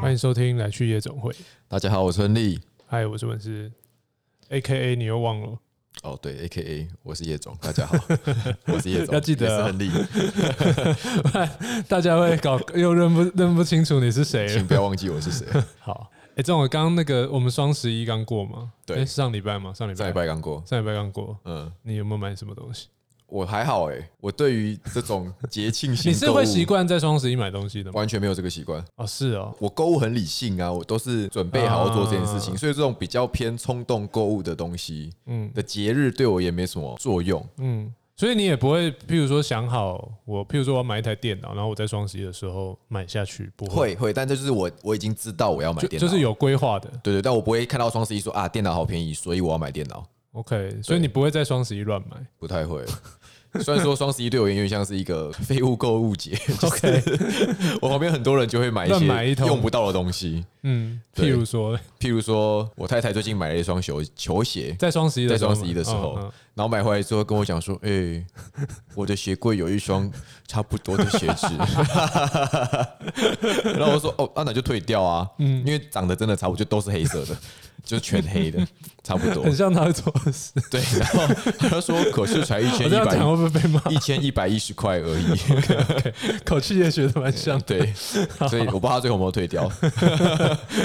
欢迎收听来去夜总会。大家好，我是亨利。嗨，我是文思，A K A 你又忘了，哦，对，A K A，我是叶总。大家好， 我是叶总，要记得也哦是亨 利， 大家会 搞又认不认不清楚你是谁请了。不要忘记我是 谁。好，哎，正我刚刚那个我们双十一刚过嘛？对诶是上礼拜吗？上礼拜，上礼拜刚过，上礼拜刚过。嗯，你有没有买什么东西？我还好哎、我对于这种节庆 性你是购物会习惯在双十一买东西的吗？完全没有这个习惯。哦，是哦，我购物很理性啊，我都是准备好好做这件事情，啊所以这种比较偏冲动购物的东西嗯的节日对我也没什么作用。嗯，所以你也不会，譬如说想好我，譬如说我要买一台电脑，然后我在双十一的时候买下去，不会会，但这就是我我已经知道我要买就电脑，就是有规划的。对对，但我不会看到双十一说啊电脑好便宜，所以我要买电脑。 OK，所以你不会在双十一乱 买。不太会。虽然说双十一对我有点像是一个 废物购物节， OK，我旁边很多人就会买一乱买一些通用不到的东西，嗯，譬对如说譬如说我太太最近买了一双球球鞋，在双十一的时候嘛，在双十一的时候嗯嗯然后买回来之后跟我讲说：“哎、我的鞋柜有一双差不多的鞋子。” 然后我说：“哦，啊、那就退掉啊，嗯因为长得真的差不多，就都是黑色的， 就是全黑 的，差不多哦很。像他会做的 事。”对，然后他说：“可是才一千我一这样百讲会不会 被骂？一千一百一十块而已。”口气也学的蛮 像。对，所以我不知道他最后有没有退 掉。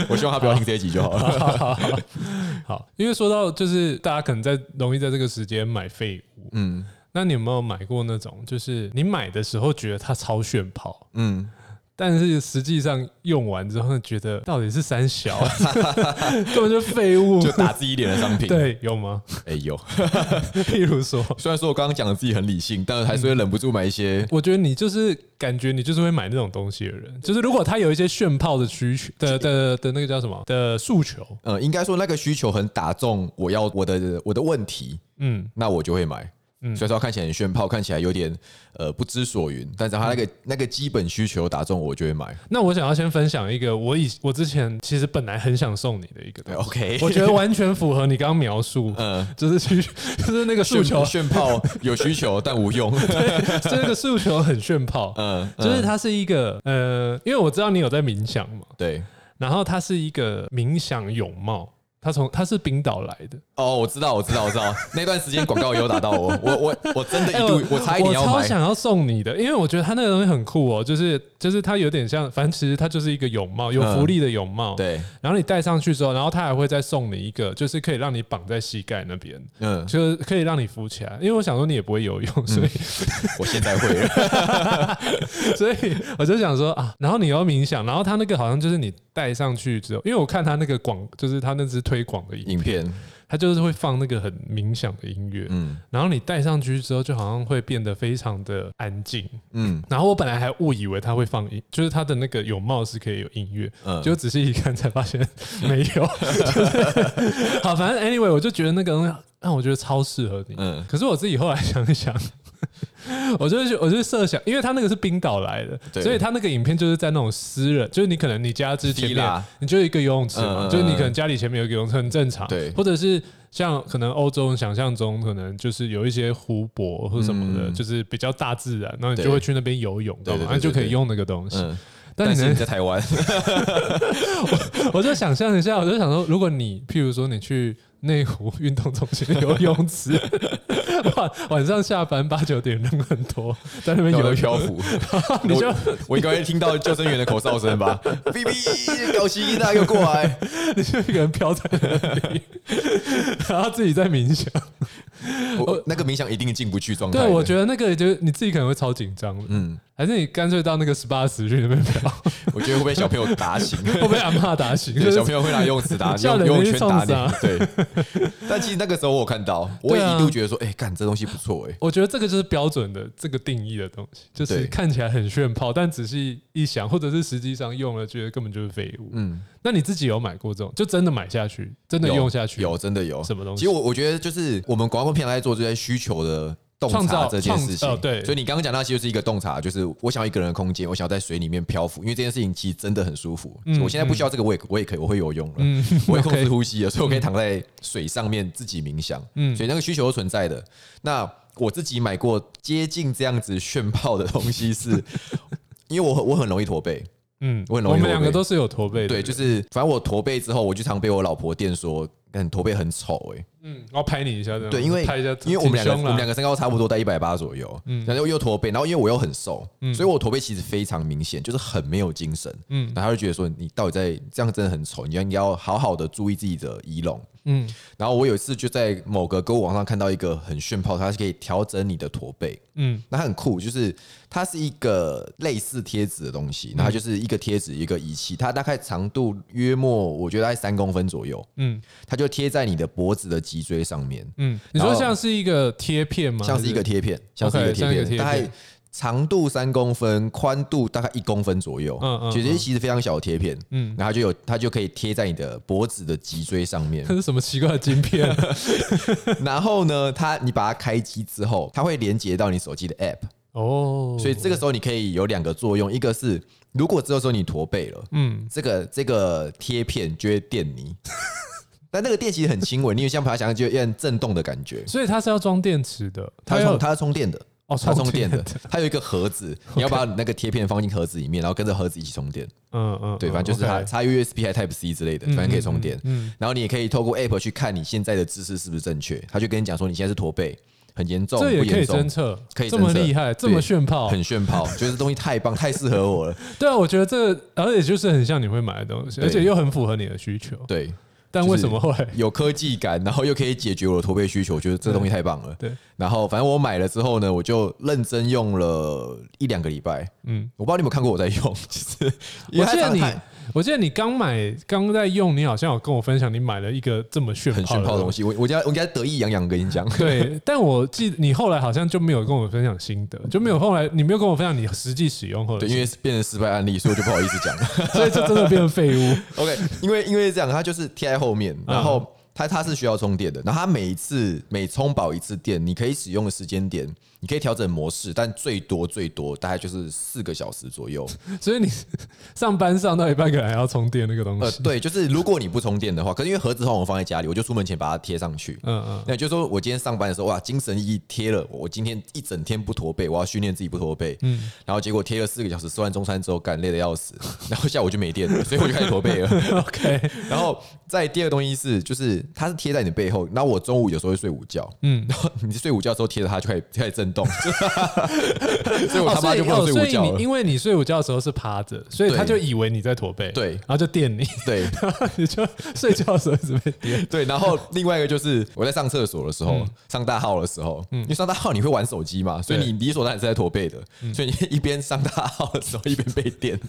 我希望他不要听这一集就好了。好好好， 好，因为说到就是大家可能在容易在这个时间买废物，嗯那你有没有买过那种就是你买的时候觉得它超炫跑，嗯，但是实际上用完之后觉得到底是三小，啊 根本就废物。就打自己脸的商品。， 对，有吗？哎呦，譬如说，虽然说我刚刚讲的自己很理性，但是还是会忍不住买一些。我觉得你就是感觉你就是会买那种东西的人，就是如果他有一些炫炮的需求的的的那个叫什么的诉求，呃，应该说那个需求很打中我要我的我的问题，嗯，那我就会买。嗯虽然说看起来很炫炮，看起来有点呃不知所云，但是嗯他那个、那个基本需求打中我，我就会买。那我想要先分享一个我以我之前其实本来很想送你的一个东对西， ，OK，嗯我觉得完全符合你刚刚描述，哦 嗯，就是去 就是那个诉炫求，炫炮有需求但 无用。就是那个诉求很炫炮， 嗯，就是嗯它是一个呃，因为我知道你有在冥想嘛，对。然后它是一个冥想泳帽，它从它是冰岛来的，哦，我知道，我知道，我知道， 那段时间广告有打到我，我我我真的一度，我差一点要哎我超买，想要送你的，因为我觉得它那个东西很酷哦，就是就是它有点像，反正其实它就是一个泳帽，有浮力的泳帽。。嗯对，然后你戴上去之后，然后它还会再送你一个，就是可以让你绑在膝盖那边，嗯，就是可以让你浮起来。因为我想说你也不会游泳，所以、我现在会 了，所以我就想说啊，然后你要冥想，然后它那个好像就是你戴上去之后，因为我看它那个广，就是它那支推广的影，影片，它就是会放那个很冥想的音乐，嗯然后你戴上去之后，就好像会变得非常的安静。嗯然后我本来还误以为它会放音，就是它的那个泳帽是可以有音乐，嗯，结果仔细一看才发现没有。 就是好，反正 anyway，我就觉得那个东西让我觉得超适合你。嗯可是我自己后来想一想， 我就是我就是设想，因为他那个是冰岛来的，对所以他那个影片就是在那种私人，就是你可能你家之前希面腊，你就有一个游泳池嘛，嗯嗯嗯就是你可能家里前面有一个游泳池很正常，对或者是像可能欧洲人想象中可能就是有一些湖泊或什么的，嗯就是比较大自然，然后你对就会去那边游泳，干对嘛对对然后就可以对用那个东西。嗯，但但你是能你在 台湾，我就想象一下，我就想说，如果你譬如说你去内湖运动中心的游泳池， 晚晚上下班八九点人很多，在那边有的游 漂泳，浮，你就我我应该会听到救生员的口哨声吧， 哔哔，搞西大又过来，你就一个人飘在那里， 然后自己在冥想。 我那个冥想一定进不去状态的，对，我觉得那个就是你自己可能会超紧张的，嗯，还是你干脆到那个 SPA 池去那边 飘，我觉得会被小朋友 打醒，会被阿妈打醒。对，小朋友，友会拿游泳池打，叫用人游泳去圈冲打啥你，对， 但其实那个时候我有看到，我啊也一度觉得说，哎，干这东西不错，哎，我觉得这个就是标准的这个定义的东西，就是对看起来很炫炮，但仔细一想，或者是实际上用了，觉得根本就是废物。嗯。那你自己有买过这种，就真的买下去，真的有用下去，有真的有什么东西其实我我觉得就是我们广告片在做这些需求的洞创造察这件事情，创哦对所以你刚刚讲那其实是一个洞察，就是我想要一个人的空间，我想要在水里面漂浮，因为这件事情其实真的很舒服。嗯我现在不需要这个，我也我也可以，我会游泳了，嗯 我会控 OK 制呼吸了，所以我可以躺在水上面自己冥想。嗯所以那个需求是存在的。那我自己 买过接近这样子炫炮的东西是，因为我我很容易驼背，嗯，我很我容易们两驼个背都是有驼背的，对，就是反正我驼背之后，我就常被我老婆电说，但驼背很丑哎、嗯，然后拍你一下这样，对，因为拍一下，因为我们两个挺我胸啦们两个身高差不多在一百八左右，嗯然后又驼背，然后因为我又很瘦，嗯所以我驼背其实非常明显，就是很没有精神。嗯然后他就觉得说你到底在这样真的很丑，你要你要好好的注意自己的仪容。嗯然后我有一次就在某个购物网上看到一个很炫炮，它是可以调整你的驼背，嗯那它很酷，就是它是一个类似贴纸的东西，嗯然后它就是一个贴纸一个仪器，它大概长度约莫我觉得大概三公分左右，嗯它就贴在你的脖子的脊椎上面，嗯，你说像是一个贴片吗？像是一个还贴片，像是一个 OK，像一个贴贴片片，大概长度三公分，宽度大概一公分左右，嗯嗯其实其实非常小的贴片，嗯嗯，然后它就有它就可以贴在你的脖子的脊椎上 面这，是什么奇怪的晶 片？然后呢，它你把它开机之后，它会连接到你手机的 app，哦，所以这个时候你可以有两个作用，一个是如果这个时候你驼背了，嗯这个这个贴片就会电你。但那个电其实很轻微，你有像爬翔就有点震动的感觉，所以它是要装电池的，它是要充它是充电的，哦它充电电的，它有一个 盒子，你要把你那个贴片放进盒子里面，然后跟着盒子一起充电。嗯嗯，对，嗯反正就是它 OK 插 USB 还 Type C 之类的，反正可以充电。嗯然后你也可以透过 App 去看你现在的姿势是不是正确，他就跟你讲说你现在是驼背，很严重，这也不可严以侦重，测，可以这么侦测厉害，这么对炫炮，很炫炮，觉得这东西太棒，太适合我了。对啊，我觉得这个而且就是很像你会买的东西，对而且又很符合你的需求。 对，但为什么会？ 有科技感，然后又可以解决我的驼背需求，我觉得这东西太棒了。对，然后反正我买了之后呢，我就认真用了一两个礼拜。嗯，我不知道你有没有看过我在用，就是我因为它记得长你太，我记得你刚买刚在用，你好像有跟我分享你买了一个这么炫很炮炫的炮的东西。西，我我家我应该得意洋洋跟你 讲。对，但我记得你后来好像就没有跟我分享心得，就没有后来你没有跟我分享你实际使用后的对，心因得，为变成失败案例，所以我就不好意思讲。 所以就真的变成废物。 OK，因为因为这样，它就是贴在后面，然后它它是需要充电的，然后它每一次每充饱一次电，你可以使用的时间点，你可以调整模式，但最多最多大概就是四个小时左右。所以你 上班上到一半可能还要充电那个东呃，西。对，就是如果你不充电的话，可是因为盒子通常我放在家里，我就出门前把它贴上去。嗯嗯，那也就是说，我今天上班的时候，哇，精神一贴了，我今天一整天不驼背，我要训练自己不驼背。嗯，然后结果贴了四个小时，吃完中餐之后，干累的要死， 然后下午就没电了，所以我就开始驼背了。 OK，然后再第二个东西是，就是它是贴在你的背后。然后我中午有时候会睡午觉，嗯嗯，然后你睡午觉的时候贴着它就开始开始震 动，所以我哦他妈所以就不能哦睡所午以觉你了。因为你睡午觉的时候是趴着，所以他对就以为你在驼背，对然后就电你， 对然后你就睡觉的时候一直被电。 对，然后另外一个就是我在上厕所的时候，上大号的时候，因为上大号你会玩手机嘛，所以对你理所当然是在驼背的，所以你一边上大号的时候一边被电，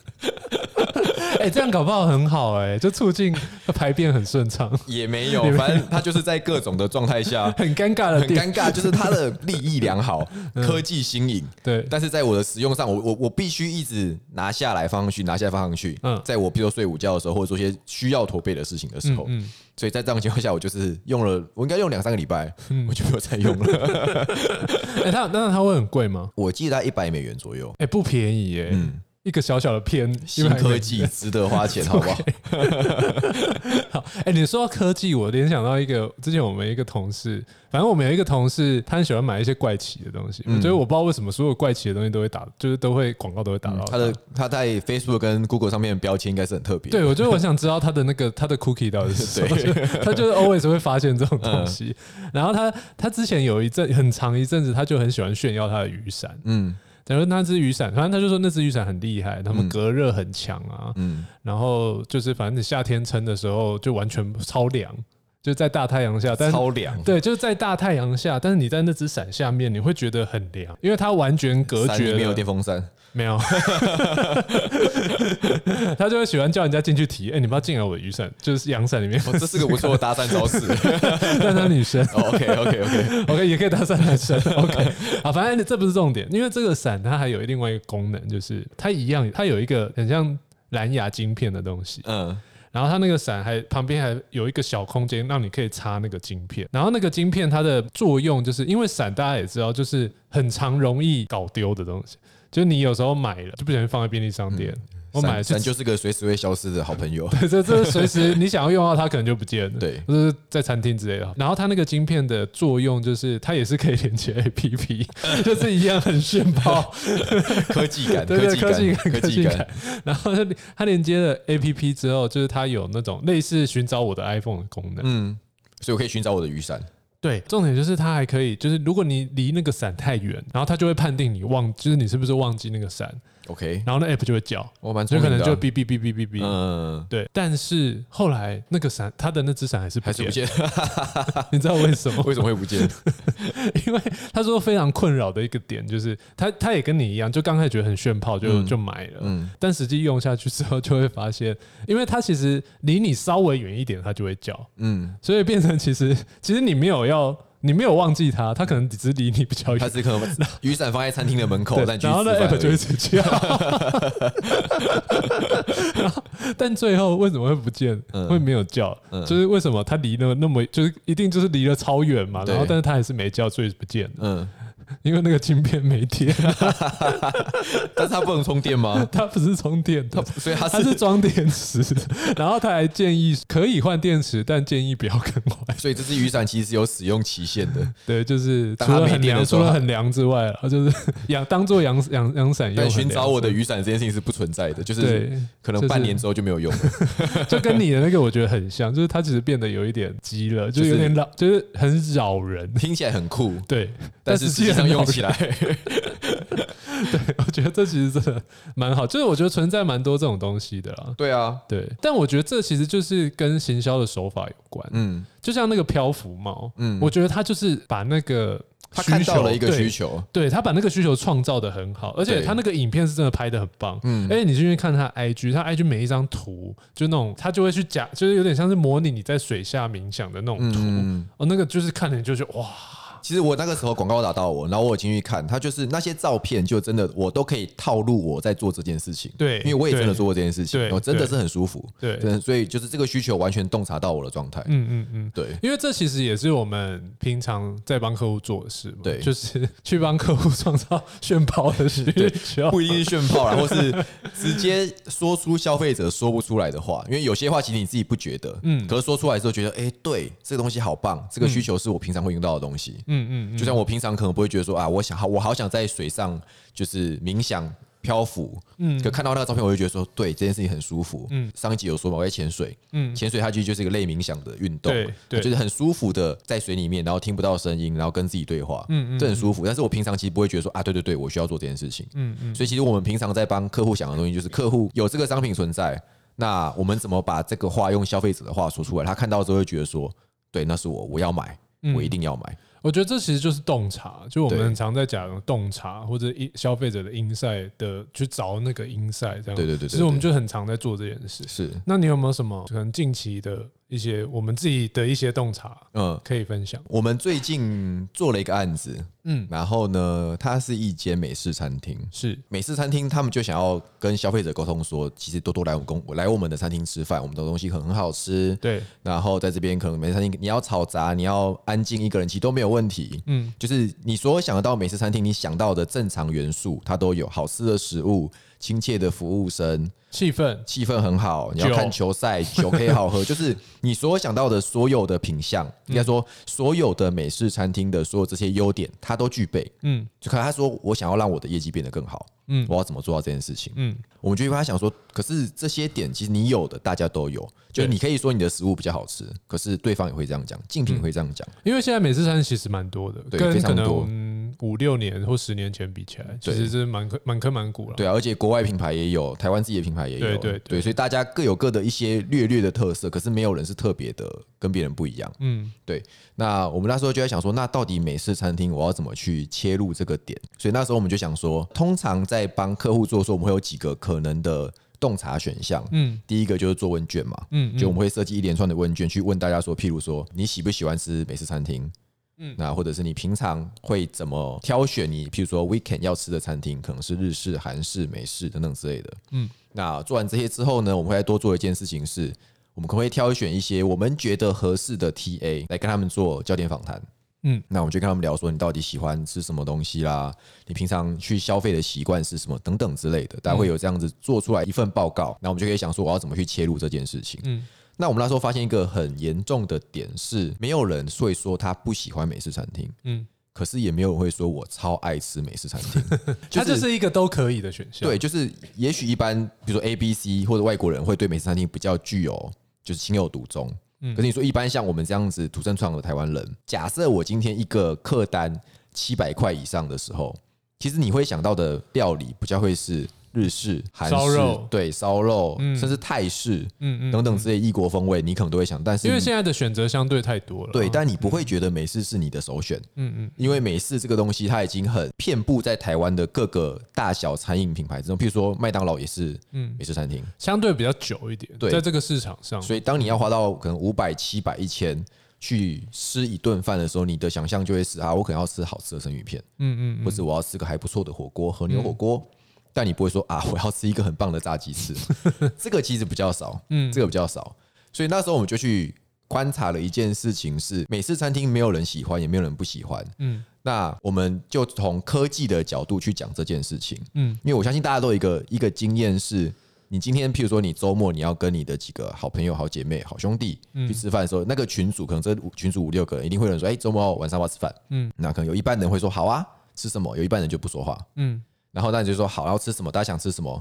哎、这样搞不好很好哎、就促进排便很顺畅， 也没有 也，没有。反正他就是在各种的状态 下很尴尬的很电。尴尬，就是它的利益良 好，科技新颖，对，但是在我的使用上，我我我必须一直拿下来放上去，拿下来放上去。嗯嗯，在我比如说睡午觉的时候，或者做些需要驼背的事情的时候，嗯嗯所以在这样的情况下，我就是用了，我应该用两三个礼拜，我就没有再用了。哎、它那它会很贵吗？我记得大概一百美元左右。哎、不便宜耶、嗯，一个小小的片，新科技值得 花钱，好不好？好，哎、你说到科技，我联想到一个，之前我们一个同事，反正我们有一个同事，他很喜欢买一些怪奇的东西。我觉得我不知道为什么所有怪奇的东西都会打，就是都会广告都会打到他的他在 Facebook 跟 Google 上面的标签应该是很特别。对，，我觉得我想知道他的那个他的 cookie 到底是什么，就 他就是 always 会发现这种东西。嗯然后他他之前有一阵很长一阵子，他就很喜欢炫耀他的雨伞，嗯假如那只雨伞，反正他就说那只雨伞很厉害，他们隔热很强啊，嗯，然后就是反正你夏天撑的时候就完全超凉，就在大太阳啊下，但超凉，对，就是在大太阳下，但是你在那只伞下面，你会觉得很凉，因为它完全隔山里绝了面有电风扇，没 有，他就会喜欢叫人家进去提，哎、你不要进来我的雨伞，就是阳伞里面，哦，这是个不错的搭讪招 式。但她女 生 OK OK OK，哦，OK 也可以搭讪男生，OK 啊，反正这不是重点，因为这个伞它还有另外一个功能，就是它一样，它有一个很像蓝牙晶片的东西，嗯，然后它那个伞还旁边还有一个小空间，让你可以插那个晶片。然后那个晶片它的作用，就是因为伞大家也知道，就是很常容易搞丢的东西。就是你有时候买了就不小心放在便利商店，我买伞是伞就是个随时会消失的好朋友。 对，这这随时你想要用到它，可能就不见了。对或者是在餐厅之类的。然后它那个晶片的作用就是，它也是可以连接 APP，就是一样很炫炮，科技 感，对对，科技感，感，科技感。。然后它它连接了 APP 之后，就是它有那种类似寻找我的 iPhone 的功能。嗯，所以我可以寻找我的雨伞。对，重点就是它还可以，就是如果你离那个伞太远，然后它就会判定你忘，就是你是不是忘记那个伞， OK，然后那 app 就会叫，我蛮所聪以可明的啊，能就哔哔哔哔哔哔。嗯，对，但是后来那个伞，它的那只伞还是不还是见不了，见， 你知道为什么？ 为什么 会不见？因为他说非常困扰的一个点就是，他他也跟你一样，就刚开始觉得很炫炮就，就、嗯买了，嗯，但实际用下去之后，就会发现， 因为它其实离你稍微远一点，它就会叫，嗯，所以变成其实其实你没有要，你没有忘记它，它可能只是离你比较他远。只可能 雨伞放在餐厅的门口，对但你去然后那吃饭 app 就而会已直接， 但最后为什么会不见？嗯会没有叫？嗯就是为什么它离了那么，就是一定就是离了超远嘛，然后对但是它还是没叫，所以不见了，嗯，因为那个晶片没电。但是它不能充电吗？ 它不是充电的，所以它它是是装电池 的。然后他还建议可以换电池，但建议不要更换。所以这支雨伞其实是有使用期限 的，对，就是当除它了没很电的凉，时除候了它很凉之外啊，就是阳当做阳阳阳伞用。但寻找我的，雨伞这件事情是不存在的，就是对，可能就是半年之后就没有用 了。就跟你的那个我觉得很像，就是它其实变得有一点急了，就就是有点扰，就是很扰人。听起来很酷，对， 但是实际上用起 来，来，我觉得这其实真的蛮好。就是我觉得存在蛮多这种东西的啦。 对 啊，对，但我觉得这其实就是跟行销的手法有关。嗯就像那个漂浮帽，嗯，我觉得他就是把那个他看到了一个需求求，对，对他把那个需求创造的很好，而且对他那个影片是真的拍的很棒。嗯而且你进去看他 IG，他 IG 每一张图就那种，他就会去假，就是有点像是模拟你在水下冥想的那种图。嗯，哦，那个就是看了你就觉得哇，其实我那个时候广告打到我，然后我进去看，他就是那些照片，就真的我都可以套路我在做这件事情，对因为我也真的对做过这件事情对，我真的对是很舒服，对真的，所以就是这个需求完全洞察到我的状态，嗯嗯嗯。对，因为这其实也是我们平常在帮客户做的事嘛，对就是去帮客户创造 炫跑的需求， 不一定是炫炮啦，或是直接说出消费者说不出来的话，因为有些话其实你自己不觉得，嗯嗯，可是说出来之后觉得，哎、对，这个东西好棒，这个需求是我平常会用到的东西。嗯嗯嗯，就像我平常可能不会觉得说啊，我想好，我好想在水上就是冥想漂浮，嗯嗯，可看到那个照片，我就觉得说，对，这件事情很舒服。嗯嗯，上一集有说嘛，我在潜水，嗯潜水它其实就是一个类冥想的运动对，对就是很舒服的在水里面，然后听不到声音，然后跟自己对话，嗯嗯嗯，这很舒服。但是我平常其实不会觉得说啊，对对对，我需要做这件事情，嗯嗯所以其实我们平常在帮客户想的东西，就是客户有这个商品存在，那我们怎么把这个话用消费者的话说出来？他看到之后会觉得说，对，那是我，我要买，嗯我一定要买。我觉得这其实就是洞察，就我们对很常在讲洞察或者一消费者的 insight 的去找那个 insight 这样。对对对对其实我们就很常在做这件事。是，那你有没有什么可能近期的一些我们自己的一些洞察嗯，可以分享？我们最近做了一个案子，嗯，然后呢，它是一间美式餐厅。是，美式餐厅他们就想要跟消费者沟通说，其实多多来我们公来我们的餐厅吃饭，我们的东西很很好吃。对，然后在这边可能美式餐厅你要吵杂，你要安静一个人其实都没有问题。嗯就是你所有想得到美食餐厅，你想到的正常元素，它都有好吃的食物、亲切的服务生、气氛，气氛很好，你要酒看球赛，酒可以 好喝，就是你所有想到的所有的品相，嗯应该说所有的美式餐厅的所有这些优点，它都具备。嗯就可能他说我想要让我的业绩变得更好，嗯嗯，我要怎么做到这件事情？嗯我们就会跟他想说，可是这些点其实你有的，大家都有，就对是嗯你可以说你的食物比较好吃，可是对方也会这样讲，竞品也会这样讲，因为现在美式餐其实蛮多的，对跟非常可能多我们五六年或十年前比起来，其对实是蛮坑蛮坑蛮谷了。对啊，而且国外品牌也有，台湾自己的品牌也有，对对对所以大家各有各的一些略略的特色，可是没有人是特别的，跟别人不一样。嗯那我们那时候就在想说，那到底美式餐厅我要怎么去切入这个点？所以那时候我们就想说，通常在帮客户做的时候，我们会有几个可能的洞察选项。嗯第一个就是做问卷嘛，嗯，就我嗯们会设计一连串的问卷去问大家说，譬如说你喜不喜欢吃美式餐厅，嗯嗯，那或者是你平常会怎么挑选你，譬如说 weekend 要吃的餐厅，可能是日式、韩式、美式等等之类的，嗯嗯，那做完这些之后呢，我们会再多做一件事情是，我们可能会挑选一些我们觉得合适的 TA 来跟他们做焦点访谈。嗯嗯，那我们就跟他们聊说，你到底喜欢吃什么东西啦？你平常去消费的习惯是什么等等之类的，大家会有这样子做出来一份报告，那我们就可以想说我要怎么去切入这件事情。嗯嗯，那我们那时候发现一个很严重的点是，没有人会说他不喜欢美式餐厅，嗯，可是也没有人会说我超爱吃美式餐 厅，它就是一个都可以的选项。对，，就是也许一般，比如说 A、B、C 或者外国人会对美式餐厅比较具有就是情有独钟。嗯可是你说一般像我们这样子土生土长的台湾人，假设我今天一个客单七百块以上的时候，其实你会想到的料理比较会是日式、韩烧式肉，对烧肉，嗯甚至泰式嗯嗯，等等之类异国风味，你可能都会想。但是因为你现在的选择相对太多了。对，但你不会觉得美式是你的首选，嗯嗯，因为美式这个东西它已经很遍布在台湾的各个大小餐饮品牌之中，譬如说麦当劳也是嗯美式餐厅，相对比较久一点，对在这个市场上，所以当你要花到可能五百、七百、一千去吃一顿饭的时候，你的想象就会是啊，我可能要吃好吃的生鱼片，嗯嗯或者我要吃个还不错的火锅和牛火锅。但你不会说啊，我要吃一个很棒的炸鸡翅， 这个其实比较少，嗯嗯，这个比较少。所以那时候我们就去观察了一件事情是，美式餐厅没有人喜欢，也没有人不喜欢，嗯那我们就从科技的角度去讲这件事情，嗯因为我相信大家都有一个一个经验是，你今天譬如说你周末你要跟你的几个好朋友、好姐妹、好兄弟去吃饭的时候，那个群组可能这群组五六个人，一定会有人说，哎、周末晚上要不要吃饭，嗯嗯，那可能有一半人会说好啊，吃什么？有一半人就不说话，嗯然后那你就说好要吃什么，大家想吃什么，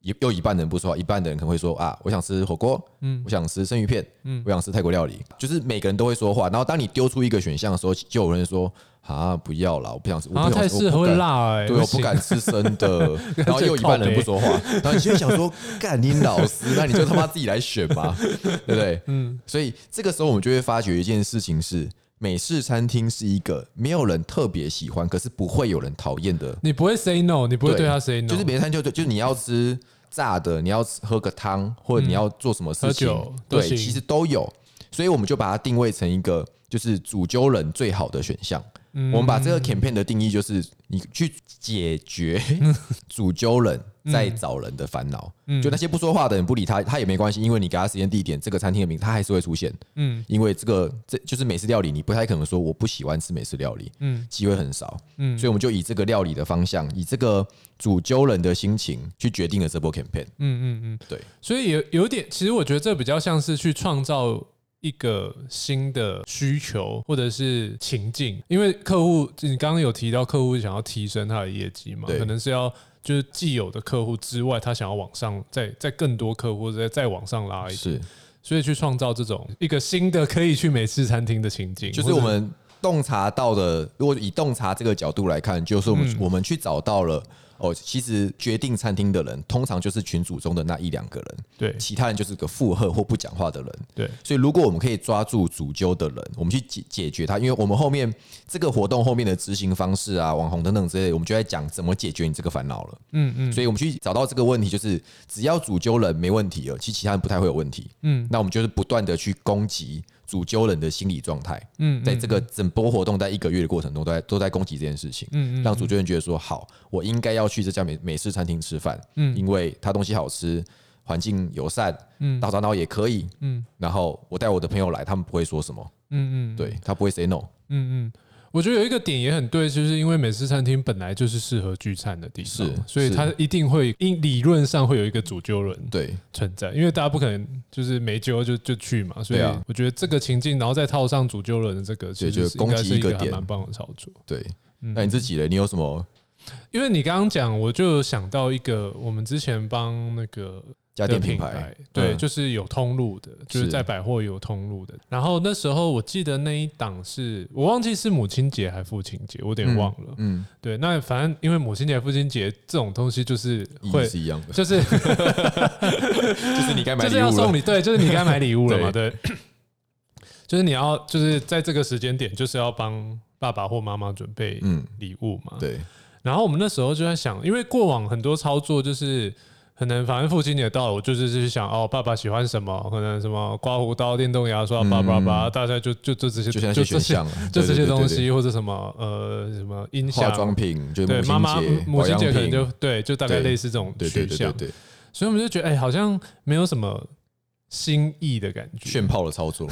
又又一半人不说话，一半人可能会说啊，我想吃火锅，嗯嗯，我想吃生鱼片，嗯嗯，我想吃泰国料理，就是每个人都会说话。然后当你丢出一个选项的时候，就有人说啊，不要啦，我不想吃，嗯，我然后不泰想式吃，我不会敢。辣哎，对，我行不敢吃 生的，然后又一半人不说话，然后你就想说，干你老师，那你就他妈自己来选 嘛，对不对？嗯，所以这个时候我们就会发觉一件事情是，美式餐厅是一个没有人特别喜欢，可是不会有人讨厌的你不会 say no，你不会对他 say no，就是每餐就就是你要吃炸的，你要吃喝个汤，或者你要做什么事情，嗯喝酒都对，行其实都有。所以我们就把它定位成一个就是主揪人最好的选项。嗯我们把这个 campaign 的定义就是你去解决 主揪人在找人的烦恼。嗯就那些不说话的人不理他，他也没关系，因为你给他时间地点，这个餐厅的名字他还是会出现。嗯因为这个这就是美式料理，你不太可能说我不喜欢吃美式料理，嗯机会很少，嗯所以我们就以这个料理的方向，以这个主揪人的心情去决定了这波 campaign。嗯嗯嗯，对，所以有有点，其实我觉得这比较像是去创造。一个新的需求或者是情境，因为客户，你刚刚有提到客户想要提升他的业绩嘛，对可能是要就是既有的客户之外，他想要往上再再更多客户，或者再再往上拉一点，是，所以去创造这种一个新的可以去美式餐厅的情境，就是我们洞察到的，如果以洞察这个角度来看，就是我们、我们去找到了哦，其实决定餐厅的人，通常就是群组中的那一两个人，或者是其他人就是个附和或不讲话的人。对对所以，如果我们可以抓住主揪的人，我们去解解决他，因为我们后面这个活动后面的执行方式啊、网红等等之类的，我们就在讲怎么解决你这个烦恼了。嗯嗯所以我们去找到这个问题，就是只要主揪人没问题了，其实其他人不太会有问题。嗯嗯，那我们就是不断的去攻击主揪人的心理状态，嗯在这个整波活动在一个月的过程中，都在都在攻击这件事情，嗯让主揪人觉得说，好，我应该要去这家美美式餐厅吃饭，嗯因为它东西好吃，环境友善，嗯嗯，打打闹也可以，嗯嗯，然后我带我的朋友来，他们不会说什么，嗯嗯，对他不会 say no，嗯嗯，我觉得有一个点也很对，就是因为美式餐厅本来就是适合聚餐的地方，是所以它一定会因理论上会有一个主揪人对，存在，因为大家不可能就是没揪就就去嘛，所以对啊我觉得这个情境，然后再套上主揪人的这个，其就实是应该攻击是一个还点蛮棒的操作。嗯对，那你自己嘞，你有什么因为你刚刚讲，我就有想到一个，我们之前帮那个家的电品牌牌？，对，嗯就是有通路的，就是是在百货有通路的。然后那时候我记得那一档是我忘记是母亲节还是父亲节，我有点忘了。嗯，对，那反正因为母亲节、父亲节这种东西就是意会义。 是一样的，就是就是你该买就礼是要物了送。礼，对，就是你该买礼物了 嘛，对，就是你要就是在这个时间点，就是要帮爸爸或妈妈准备嗯，礼物嘛，对，然后我们那时候就在想，因为过往很多操作就是可能反正父亲节到了，我就是就是想哦，爸爸喜欢什么，可能什么刮胡刀、电动牙刷，叭叭叭，大家就就就这些，嗯就像那就些这选些，项啊，就对这些东，对对对西或者什么呃什么音对化响。妆品就是对，母妈妈嗯亲节、母亲节可保养能品就对，就大概对类似这种对对取对向对，对，所以我们就觉得，哎，好像没有什么心意的感觉。炫炮的操作，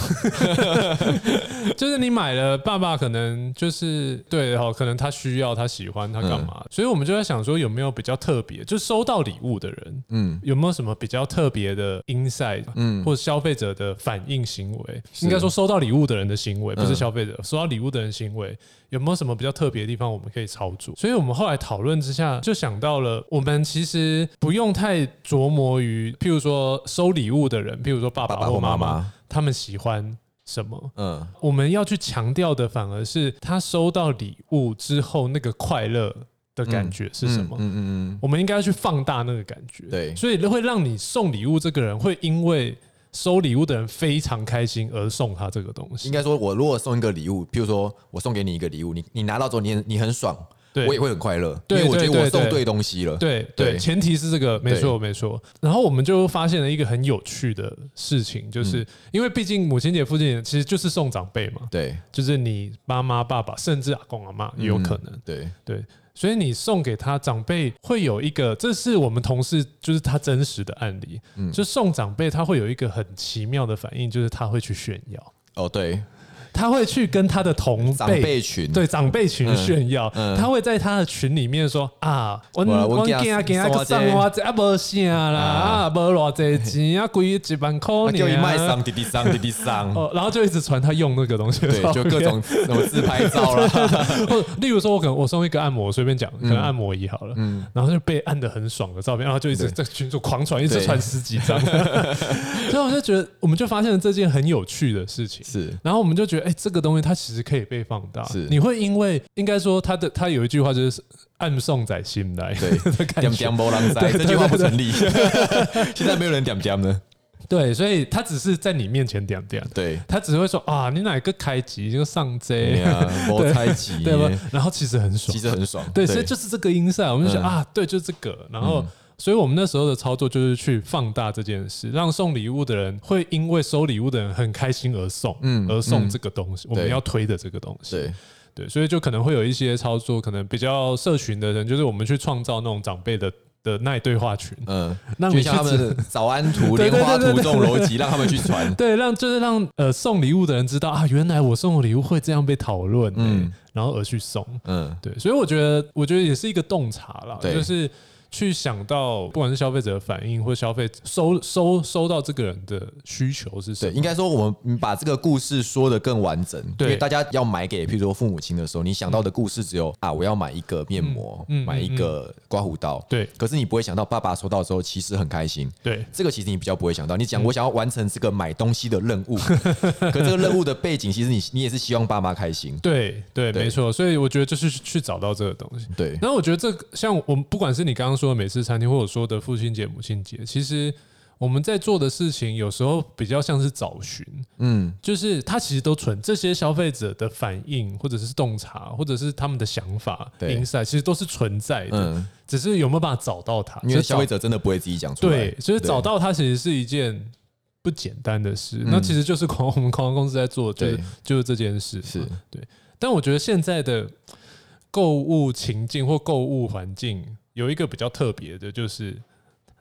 就是你买了，爸爸可能就是对哦，可能他需要，他喜欢，他干嘛？嗯所以我们就在想说，有没有比较特别，就收到礼物的人，嗯，有没有什么比较特别的 insight，嗯，或者消费者的反应行为？应该说收到礼物的人的行嗯为，不是消费者、收到礼物的人行为，有没有什么比较特别的地方我们可以操作？所以我们后来讨论之下，就想到了，我们其实不用太琢磨于，譬如说收礼物的人，譬如说爸 爸爸爸或或妈妈妈，妈，他们喜欢什么？嗯，我们要去强调的，反而是他收到礼物之后那个快乐的感觉是什么。嗯嗯嗯我们应该要去放大那个感觉，对所以会让你送礼物这个人会因为收礼物的人非常开心而送他这个东应西。该说，我如果送一个礼物，譬如说我送给你一个礼物，你你拿到之后你很你很爽，对我也会很快乐，因对为我觉得对我对送对对东西了，对对，对前提是这个，没错没错。然后我们就发现了一个很有趣的事情，嗯就是因为毕竟母亲节、父亲节其实就是送长辈嘛，对就是你妈妈、爸爸，甚至阿公阿嗯妈也有可能。对，对，所以你送给他长辈会有一个，这是我们同事就是他真实的案例，嗯就送长辈他会有一个很奇妙的反应，就是他会去炫耀，哦对，他会去跟他的同长辈。辈群，对长辈群嗯炫耀，嗯他会在他的群里面说啊，我我我我给囝啊给啊送我个这送我这啊无啥啦，啊啊无偌济钱啊，贵一万块啊叫你卖尔啊。伤滴滴伤滴滴 伤，哦，然后就一直传他用那个东西的 对照片，，就各种什么自拍 照啦， 或例如说，我可能我送一个按摩，随便讲，可嗯能按摩椅好了，然后就被按的很爽的照片，然后就一直在群组狂传，一直对传十几张， 所以我就觉得，我们就发现了这件很有趣的事情。是然后我们就觉得，哎、这个东西它其实可以被放大。是你会因为应该说，它的它有一句话就是“暗送在心来”对 的感点觉点。波浪塞，对对这句话不成立， 现在没有人点点呢，对，所以它只是在你面前点点，对，它只会说啊，你哪个开机就上哎这，呀，我猜 忌，对吧？然后其实很爽其，实很爽，对，所以就是这个音色，我们就想、嗯啊，对，就是这个。然后，所以我们那时候的操作就是去放大这件事，让送礼物的人会因为收礼物的人很开心而送，嗯而送这个东西，我们对要推的这个东西。对对，所以就可能会有一些操作，可能比较社群的人，就是我们去创造那种长辈的的那一对话群，嗯，让就你去像他们的早安图、对莲对花对图对。这种逻辑，让他们去 传对，让就是让呃送礼物的人知道啊，原来我送的礼物会这样被讨论、嗯嗯，然后而去送，嗯，对，所以我觉得，我觉得也是一个洞察啦，对就是去想到不管是消费者的反应，或消费收收收到这个人的需求是什对，么，应该说我们把这个故事说的更完整，对因为大家要买给，譬如说父母亲的时候，你想到的故事只有啊，我要买一个面膜，嗯嗯嗯买一个刮胡刀，对可是你不会想到爸爸收到之后其实很开心，对这个其实你比较不会想到，你嗯讲我想要完成这个买东西的任务，可这个任务的背景其实你你也是希望爸妈开心，对对对没错，所以我觉得就是去找到这个东西。对，然后我觉得这个像我们不管是你刚刚说的美式餐厅，或者说的父亲节、母亲节，其实我们在做的事情有时候比较像是找寻，嗯，就是它其实都存这些消费者的反应，或者是洞察，或者是他们的想法、对 insight，其实都是存在的，嗯只是有没有办法找到它。因为只是找消费者真的不会自己讲出来，对，所以对找到它其实是一件不简单的事。那其实就是广我们广告公司在做，就是嗯对就是这件事。是对，但我觉得现在的购物情境或购物环境有一个比较特别的，就是。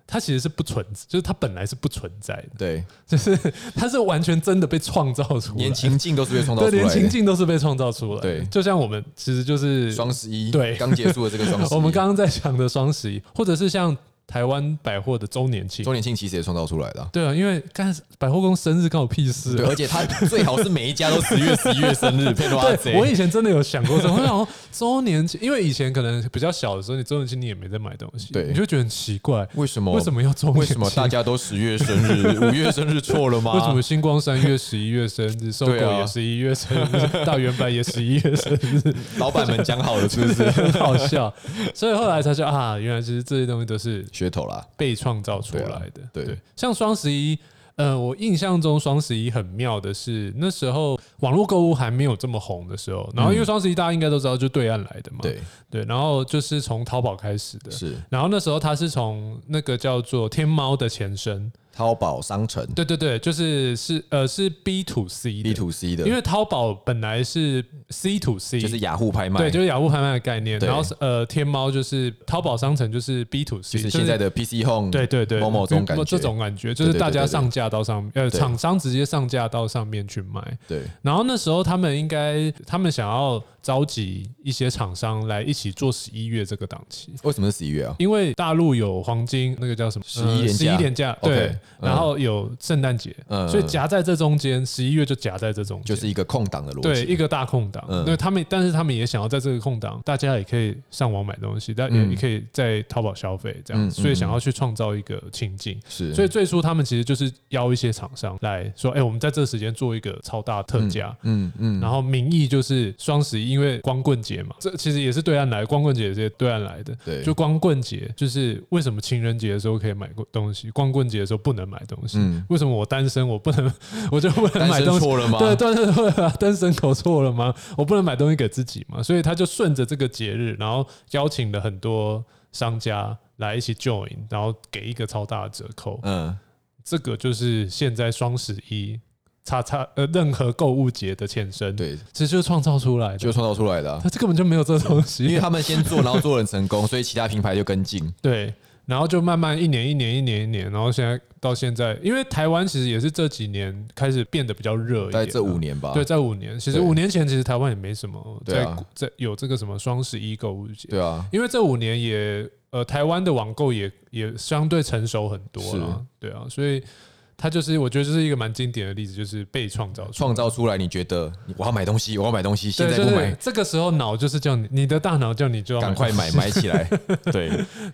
它其实是不存，就是它本来是不存在的，对，就是它是完全真的被创造出来的，连情境都 是被创造对，出来连情的。境都是被创造出来的。对就像我们其实就是双十一对刚结束的这个双十 一，我们刚刚在讲的双十一，或者是像台湾百货的周年庆，周年庆其实也创造出来的啊、对啊，因为干百货公司生日关我屁事对，啊。而且他最好是每一家都十月、十一月生日， 配多阿对，我以前真的有想过这种，我想说哦周年庆，因为以前可能比较小的时候，你周年庆你也没在买东西，对你就觉得很奇怪，为什么？为什么要周年庆？为什么大家都十月生日？ 五月生日错了吗？为什么？星光三月十一月生日，搜狗对啊也十一月生日，大圆白也十一月生日，老板们讲好了，是不是很好笑。所以后来才说啊，原来其实这些东西都是 噱头啦？被创造出来的。对啊对像双十一，呃，我印象中双十一很妙的是，那时候网络购物还没有这么红的时候，然后因为双十一大家应该都知道，就对岸来的嘛， 嗯对，对，然后就是从淘宝开始的。是然后那时候它是从那个叫做天猫的前身，淘宝商城对对对，就是是呃是 B to C 的 B to C 的，因为淘宝本来是 C to C，就是雅虎拍卖，对，就是雅虎拍卖的概念。对然后是呃，天猫就是淘宝商城，就是 B to C，就是现在的 PC Home，对对对嗯某某种感觉，这种感觉就是大家上架到上面，呃，对厂商直接上架到上面去卖。对然后那时候他们应该，他们想要召集一些厂商来一起做十一月这个档期，为什么是十一月啊？因为大陆有黄金那个叫什么呃11连十假一连假， OK，对，嗯然后有圣诞节，嗯所以夹在这中间，十一月就夹在这中就间，是一个空档的逻对辑，一个大空档。嗯那他们，但是他们也想要在这个空档，大家也可以上网买东西，但嗯也可以在淘宝消费这样，嗯所嗯以想要去创造一个情境。是，所以最初他们其实就是邀一些厂商来说，哎、我们在这个时间做一个超大特价，嗯嗯，然后名义就是双十一，因为光棍节嘛，这其实也是对岸来，光棍节也是对岸来的。对就光棍节，就是为什么情人节的时候可以买过东西，光棍节的时候不能买东西？嗯为什么我单身我不能， 我就不能单买身东西？错了吗？对，单身对啊，单身狗错了吗？我不能买东西给自己嘛，所以他就顺着这个节日，然后邀请了很多商家来一起 join，然后给一个超大的折扣。嗯，这个就是现在双十一叉叉呃任何购物节的前身。对，其实就是创造出来的，就创造出来的啊、他这根本就没有这东因为西。他们先做，然后做得很成功，所以其他品牌就跟进。对，然后就慢慢一年一年一年一年，然后现在到现在，因为台湾其实也是这几年开始变得比较热一点大啊，概这五年吧，对，在五年，其实对五年前其实台湾也没什么对在啊在有这个什么双十一购物节，对啊，因为这五年也呃台湾的网购也也相对成熟很多了，对啊，所以它就是我觉得就是一个蛮经典的例子，就是被创造出来创造出来，你觉得你我要买东西，我要买东西，现对，在就是不买，这个时候脑就是叫你，你的大脑叫你就要赶快买，买 起来。对，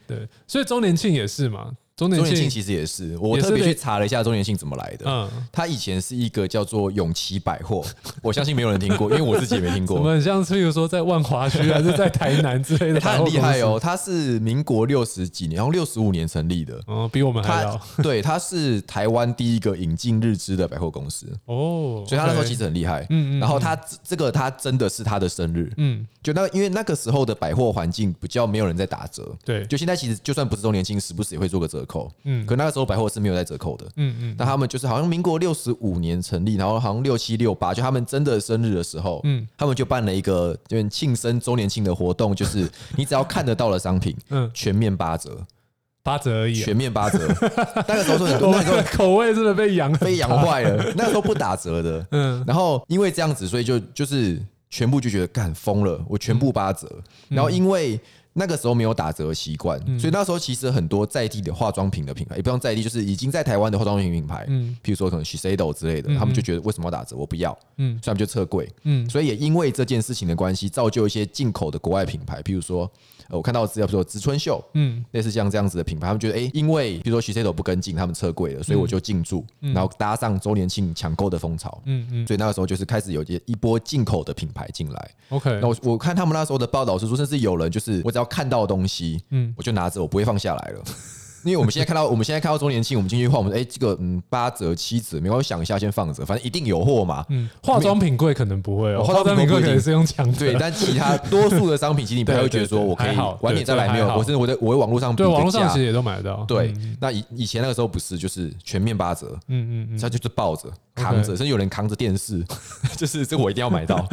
对，所以周年庆也是嘛，周周年年庆庆，其实也是，我也是特别类去查了一下周年庆怎么来的。嗯，它以前是一个叫做永琪百货， 我相信没有人听过，因为我自己也没听 我过。们像是比如说在万华 区还是在台南之类的，它很厉害哦，，它是民国六十几年，然后六十五年成立的。嗯，比我们还它老 对，它是台湾第一个引进日资的百货公司，哦，所以他那时候 OK 其实很厉害。嗯嗯嗯然后他这个他真的是他的生日，嗯，就那因为那个时候的百货环境比较没有人在打折，对，就现在其实就算不是周年庆，时不时也会做个折扣。嗯可那个时候百货是没有在折扣的。嗯嗯那他们就是好像民国六十五年成立，然后好像六七六八，就他们真的生日的时候，嗯他们就办了一个就是庆生周年庆的活动，就是你只要看得到的商品，嗯，全面八折，八折而已啊。全面八折。那个时候 是很我多那们时候的口味真的被养了，被养坏了，那个时候不打折的。嗯，然后因为这样子，所以就就是全部就觉得干疯了，我全部八折。然后因为那个时候没有打折的习惯，所以那时候其实很多在地的化妆品的品牌，也不用在地，就是已经在台湾的化妆品品牌，嗯嗯，譬如说可能 Shiseido 之类的，他们就觉得为什么要打折，我不要，嗯嗯，所以他们就撤柜。嗯所以也因为这件事情的关系，造就一些进口的国外品牌，譬如说，呃我看到的资料，譬如说植村秀，嗯类似像这样子的品牌，他们觉得哎、诶因为比如说 Shiseido 不跟进，他们撤柜了，所以我就进驻，然后搭上周年庆抢购的风潮，嗯嗯所以那个时候就是开始有一一波进口的品牌进来。 ，OK，那我我看他们那时候的报道是说，甚至有人就是我只要看到的东西，嗯嗯，我就拿着，我不会放下来了。 因为我们现在看到，我们现在看到周年庆，我们进去换，我们哎、诶这个嗯八折七折，没关系，想一下先放着，反正一定有货嘛。嗯，化妆品柜可能不会哦，化化妆妆品品柜柜不一定可能是用抢的，对，但其他多数的商品，其实你不太会觉得说对对对我可以还好晚点再来对对没有，还好我甚至我在我会网络上比对，个网络上价其实也都买得到，对嗯，那以以前那个时候不是，就是全面八折，嗯嗯嗯，他就是抱着扛着，甚至有人扛着电视， 就是这我一定要 买到。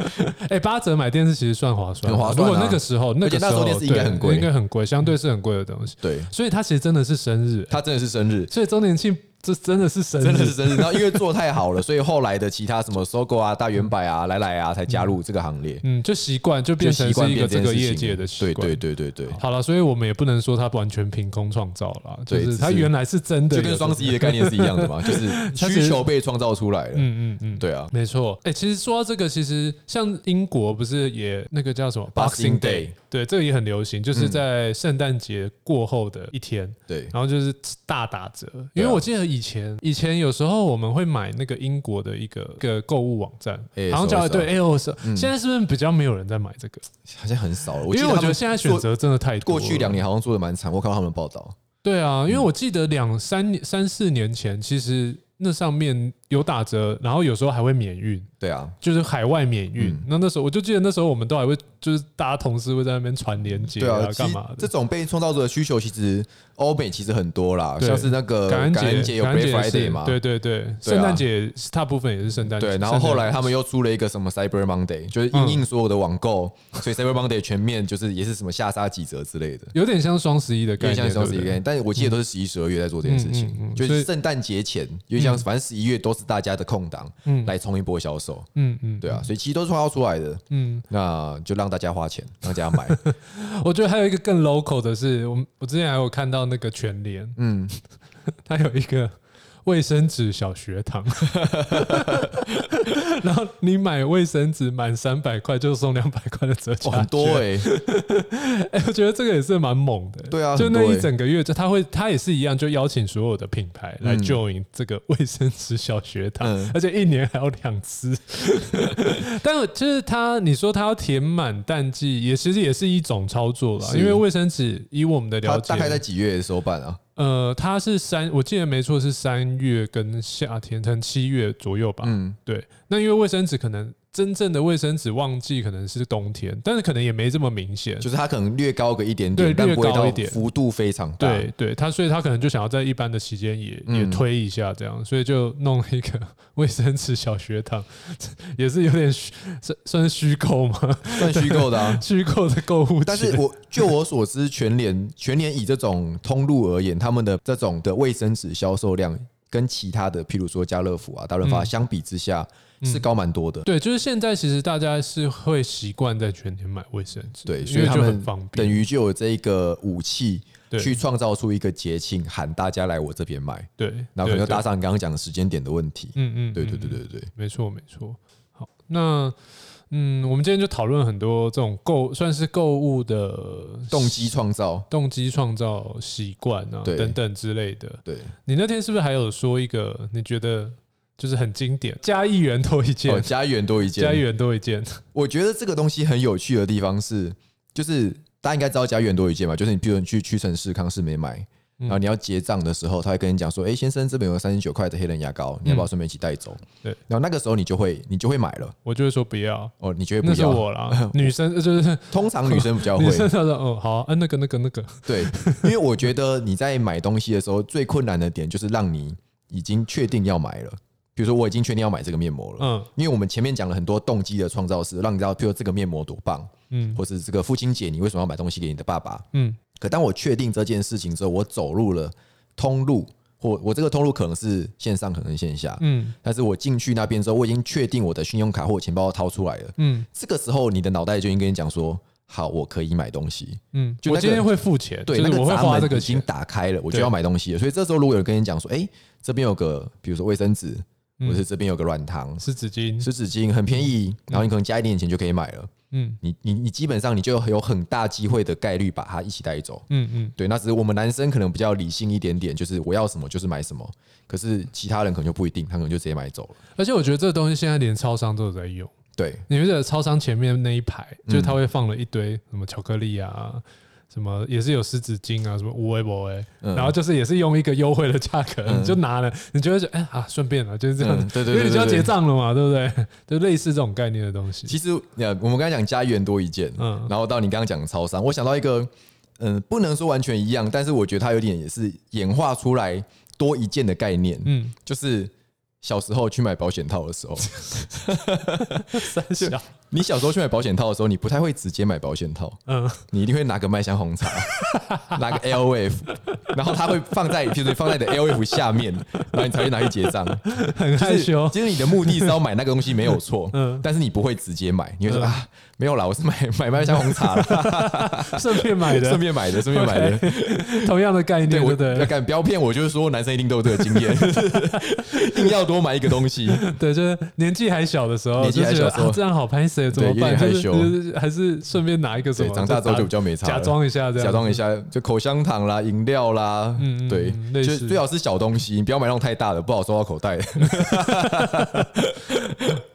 哎，八折买电视其实算划算，很划算啊如果那个时候，那而且个那时候电视应该对很贵嗯应该很贵，相对是很贵的东西，对，所以它其实真的是生日，哎他真的是生日，所以周年庆这真的是生真的是日，生日。然后因为做太好了，所以后来的其他什么搜狗啊、大圆百啊、来来啊，才加入这个行列，嗯，就习惯就就变成习惯是一个变这这个件业事情界的习惯，对对对对对。好了，所以我们也不能说它完全凭空创造了，就对只是是它原来是真的就有这个，跟双十一的概念是一样的嘛，就是 需求被创造出来了。嗯嗯嗯，对啊没错。哎、其实说到这个，其实像英国不是也那个叫什么 Boxing Day 嗯对，这个也很流行，就是在圣诞节过后的一天。对，然后就是大打折，因对为啊我记得以前以前有时候我们会买那个英国的一个一个购物网站 ASOS，好像叫对 A O S，嗯现在是不是比较没有人在买这个？好像很少了。因记为得我他觉得们现在选做择真的太多过了。去两年好像做的蛮惨，我看到他们的报道。对啊，因为我记得两三年、三四年前，其实那上面有打折，然后有时候还会免运，对啊，就是海外免运。嗯那那时候我就记得那时候我们都还会就是大家同事会在那边传链接对啊，其干实嘛的这。种被创造者的需求，其实欧美其实很多啦，对像是那个感感恩恩节节，有 Black 也是 Friday 嘛，啊对对对，圣诞节是大部分也是圣诞节。对，然后圣诞后来他们又出了一个什么 Cyber Monday，就是应应所有的网购，嗯所以 Cyber Monday 全面就是也是什么下杀几折之类的，有点像双十一的有概点念，像双十对一概不对念，但是我记得都是十一、十二月在做这件事情，嗯嗯嗯就所是以圣诞节前，因为像反正十一月都是大家的空档，嗯来冲一波销售，嗯嗯，对啊，所以其实都是创造出来的，嗯。那就让大家花钱，让大家 买，我觉得还有一个更 local 的是，我们我之前还有看到那个全联， 嗯，它有一个卫生纸小学堂， 然后你买卫生纸满三百块就送两百块的折价哇券，很多哎、哎、我觉得这个也是蛮猛的。对啊就很那多欸一整个月，就他会他也是一样，就邀请所有的品牌来嗯 join 这个卫生纸小学堂，嗯而且一年还有两次。 但我就是他，你说他要填满淡季，也其实也是一种操作啦，是因为卫生纸以我们的他了解大，概在几月的时候办啊？呃，它是三，我记得没错是三月跟夏天，可能七月左右吧。嗯，对，那因为卫生纸可能真正的卫生纸旺季可能是冬天，但是可能也没这么明显。就是它可能略高个一点点对，但略不会高到一点幅度非常大，对对，他所以他可能就想要在一般的期间也、也嗯推一下这样，所以就弄了一个卫生纸小学堂， 也是有点虚算算是虚构吗？。算虚构的啊虚构的购物节， 但是我就我所知，全联全联以这种通路而言，他们的这种的卫生纸销售量跟其他的，譬如说家乐福啊、大润发嗯相比之下是高蛮多的。对，就是现在其实大家是会习惯在全年买卫生纸，对，因所以为他就们很方等便。于就有这一个武器对去创造出一个节庆，喊大家来我这边买，对，然后可对能就搭对上你刚刚讲的时间点的问题。嗯嗯，对对嗯嗯对对对，没错，没错。好，那嗯，我们今天就讨论很多这种购，算是购物的动机创造，动机创造习惯啊，对等等之类的。对，你那天是不是还有说一个你觉得就是很经典，加一元多一件，哦，家园多一件，加一元多一件，我觉得这个东西很有趣的地方是，就是大家应该知道家园多一件嘛，就是你譬如你去屈臣氏、康士美买，嗯然后你要结账的时候，他会跟你讲说：“哎、先生，这边有三十九块的黑人牙膏，你要不要顺便一起带走？”嗯对，然后那个时候你就会你就会买了我就会说不要。哦，你就会那不是要。我啦， 女生呃就是通常女生比较 会女，生，她说哦好啊，啊那个那个那个，对，因为我觉得你在买东西的时候，最困难的点就是让你已经确定要买了。比如说，我已经确定要买这个面膜了，嗯因为我们前面讲了很多动机的创造是让你知道，譬如这个面膜多棒，嗯或是这个父亲节你为什么要买东西给你的爸爸，嗯可当我确定这件事情之后，我走入了通路，或我这个通路可能是线上，可能是线下，嗯但是我进去那边之后，我已经确定我的信用卡或钱包掏出来了。嗯这个时候，你的脑袋就已经跟你讲说：“好，我可以买东西。嗯，就那我个今天会付钱，”对，就那是我会闸花这门个已经钱，打开了，我就对要买东西了。所以这时候，如果有人跟你讲说：“哎，这边有个，比如说卫生纸，嗯或是这边有个软糖、湿纸巾，湿纸巾，很便宜，然后你可能加一点钱就可以买了。嗯你”你你基本上你就有很大机会的概率把它一起带走。嗯嗯，对，那只是我们男生可能比较理性一点点，就是我要什么就是买什么。可是其他人可能就不一定，他可能就直接买走了。而且我觉得这个东西现在连超商都有在用。对，你们记得超商前面那一排，嗯就是他会放了一堆什么巧克力啊，什么也是有湿纸巾啊，什么无微博哎，嗯然后就是也是用一个优惠的价格，嗯你就拿了，你就会觉得哎、啊，顺便了，就是这样子嗯，对对因为对你就要对对结账了嘛，对不对？就类似这种概念的东西。其实呃，我们刚才讲家园多一件，嗯然后到你刚刚讲的超商，我想到一个，嗯、不能说完全一样，但是我觉得它有点也是演化出来多一件的概念，嗯，就是小时候去买保险套的时候， 三小，你小时候去买保险套的时候，你不太会直接买保险套，嗯你一定会拿个麦香红茶， 拿个 L F，然后它会放在就是放在你的 L F 下面，然后你才会拿去结账。很害羞。其实你的目的是要买那个东西没有错，嗯但是你不会直接买，你会说嗯啊，没有啦，我是买买麦香红茶啦，顺便 买的顺，便买的，顺便 买的。同样的概念，对对我呃不对？敢不要骗我，就是说男生一定都有这个经验， 硬要多买一个东西。对，就是年纪还小的时候，年纪还小的时就觉候得啊这样好拍谁怎么办？就对有点是害羞就是还是顺便拿一个什对，么，长大之后就比打较没差了，假装一下这样，假装一下，就口香糖啦、饮料啦，嗯嗯对嗯，类就似最好是小东西，你不要买那种太大的，不好收到口袋。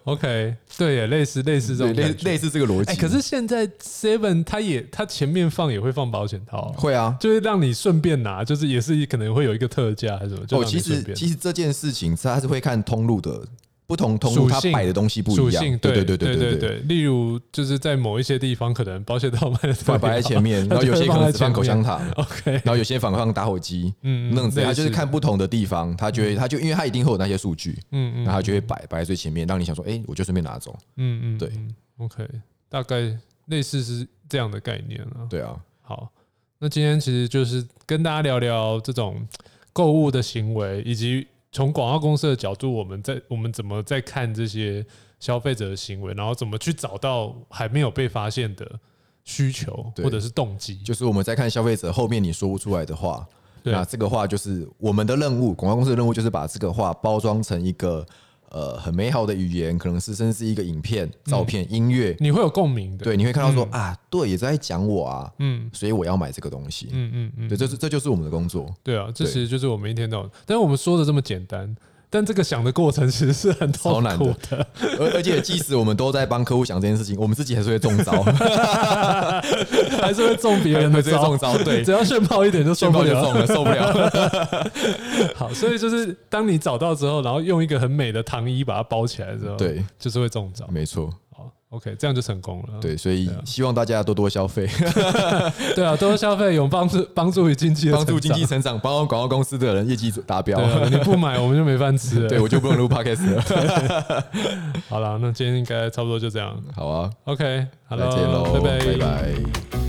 OK，对耶，类似类似这种类感觉类似这个逻辑。哎、可是现在 Seven 它也它前面放也会放保险套啊、会啊，就是让你顺便拿，就是也是可能会有一个特价还是什么，就让哦，你其顺实便。其实这件事情它是会看通路的不同通路，它属性摆的东西不属一样性。对对对对对对，例如就是在某一些地方，可能保险套卖的放摆在前面，然后有些可能只放口香。糖， OK，然后有些反抗打火机，嗯嗯，嗯那种之类，类他就是似看不同的地方，他就会，他就因为他一定会有那些数据，嗯嗯然后他就会摆摆在最前面，让你想说，哎，我就顺便拿走，嗯嗯，对嗯，OK，大概类似是这样的概念啊。对啊，好，那今天其实就是跟大家聊聊这种购物的行为，以及从广告公司的角度，我们在我们怎么在看这些消费者的行为，然后怎么去找到还没有被发现的需求对或者是动机。就是我们在看消费者后面你说不出来的话，对那这个话就是我们的任务，广告公司的任务就是把这个话包装成一个呃很美好的语言，可能是甚至是一个影片、照片、音乐，你会有共鸣的。对，你会看到说啊，对，也在讲我啊，嗯所以我要买这个东西，嗯嗯嗯，对，这是这就是我们的工作，对啊，这对其实就是我们一天到晚，但是我们说的这么简单，但这个想的过程其实是很超痛难苦的而而且即使我们都在帮客户想这件事情，我们自己还是会中 招。的， 还是会中别人的还是会招。中招对只要炫炮一点就受炫不炮就了。中了，受 不了。好，所以就是当你找到之后，然后用一个很美的糖衣把它包起来之后，，对，就是会中招。没错，好，OK，这样就成功了。对，所以啊希望大家多多消费，对啊，多消费有帮助，帮助于经济的帮助成经济长。成长，帮助广告公司的人业绩达标对。啊，你不买我们就没饭吃了。 对，我就不用录 podcast 了。好了，那今天应该差不多就这样。好啊， OK，好再了，见喽，拜拜拜。